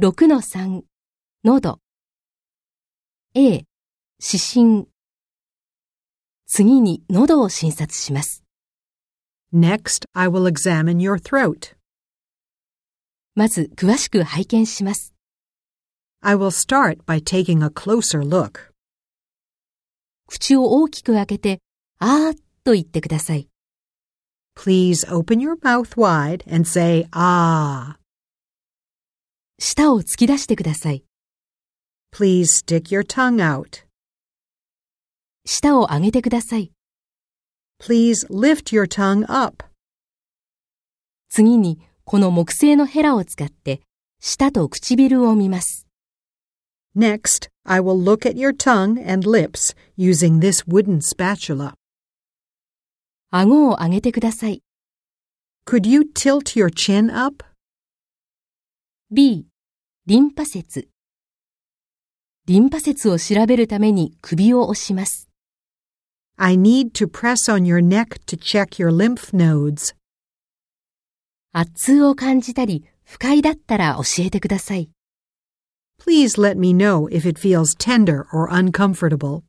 6-3、喉。A、指針。次に喉を診察します。 Next, I will examine your throat. まず詳しく拝見します。 I will start by taking a closer look. 口を大きく開けて、あーっと言ってください。 Please open your mouth wide and say ah. 舌を突き出してください。 Please stick your tongue out. 舌を上げてください。 Please lift your tongue up. 次に、この木製のヘラを使って、舌と唇を見ます。 Next, I will look at your tongue and lips using this wooden spatula. 顎を上げてください。 Could you tilt your chin up? B、リンパ節。リンパ節を調べるために首を押します。 I need to press on your neck to check your lymph nodes. 圧痛を感じたり、不快だったら教えてください。 Please let me know if it feels tender or uncomfortable.